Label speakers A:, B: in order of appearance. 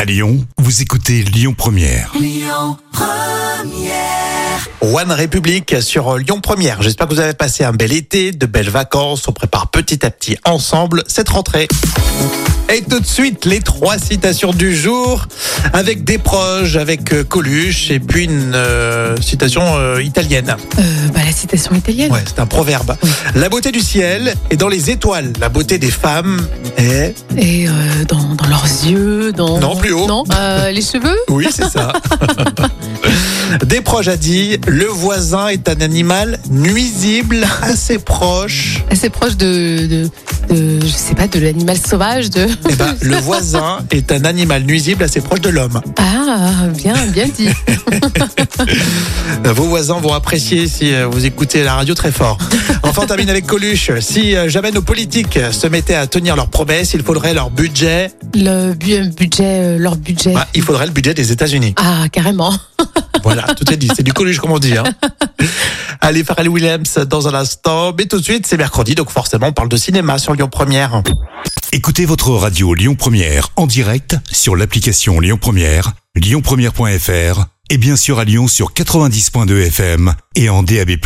A: À Lyon, vous écoutez Lyon Première.
B: One République sur euh, Lyon Première. J'espère que vous avez passé un bel été, de belles vacances. On prépare petit à petit ensemble cette rentrée. Et tout de suite, les trois citations du jour avec des proches, avec euh, Coluche et puis une euh, citation euh, italienne.
C: Euh, bah, la citation italienne.
B: Ouais, c'est un proverbe. La beauté du ciel est dans les étoiles. La beauté des femmes est...
C: Et euh, dans, dans leurs yeux, dans.
B: Non, plus haut.
C: Non, euh, les cheveux.
B: Oui, c'est ça. Des proches a dit, le voisin est un animal nuisible à ses proches.
C: Assez proche de, de, de- Je sais pas, de l'animal sauvage. De...
B: Eh ben, le voisin est un animal nuisible assez proche de l'homme.
C: Ah, bien, bien dit.
B: Vos voisins vont apprécier si euh, vous écoutez la radio très fort. Enfin, on termine avec Coluche. Si euh, jamais nos politiques se mettaient à tenir leurs promesses, il faudrait leur budget.
C: Le bu- budget, euh, leur budget.
B: bah, il faudrait le budget des États-Unis.
C: Ah, carrément.
B: Voilà, tout est dit. C'est du Coluche, comme on dit. Hein. Allez, Pharrell Williams dans un instant. Mais tout de suite, c'est mercredi, donc forcément, on parle de cinéma sur Lyon Première.
A: Écoutez votre radio Lyon Première en direct sur l'application Lyon Première, lyonpremière.fr et bien sûr à Lyon sur 90.2 FM et en DAB+.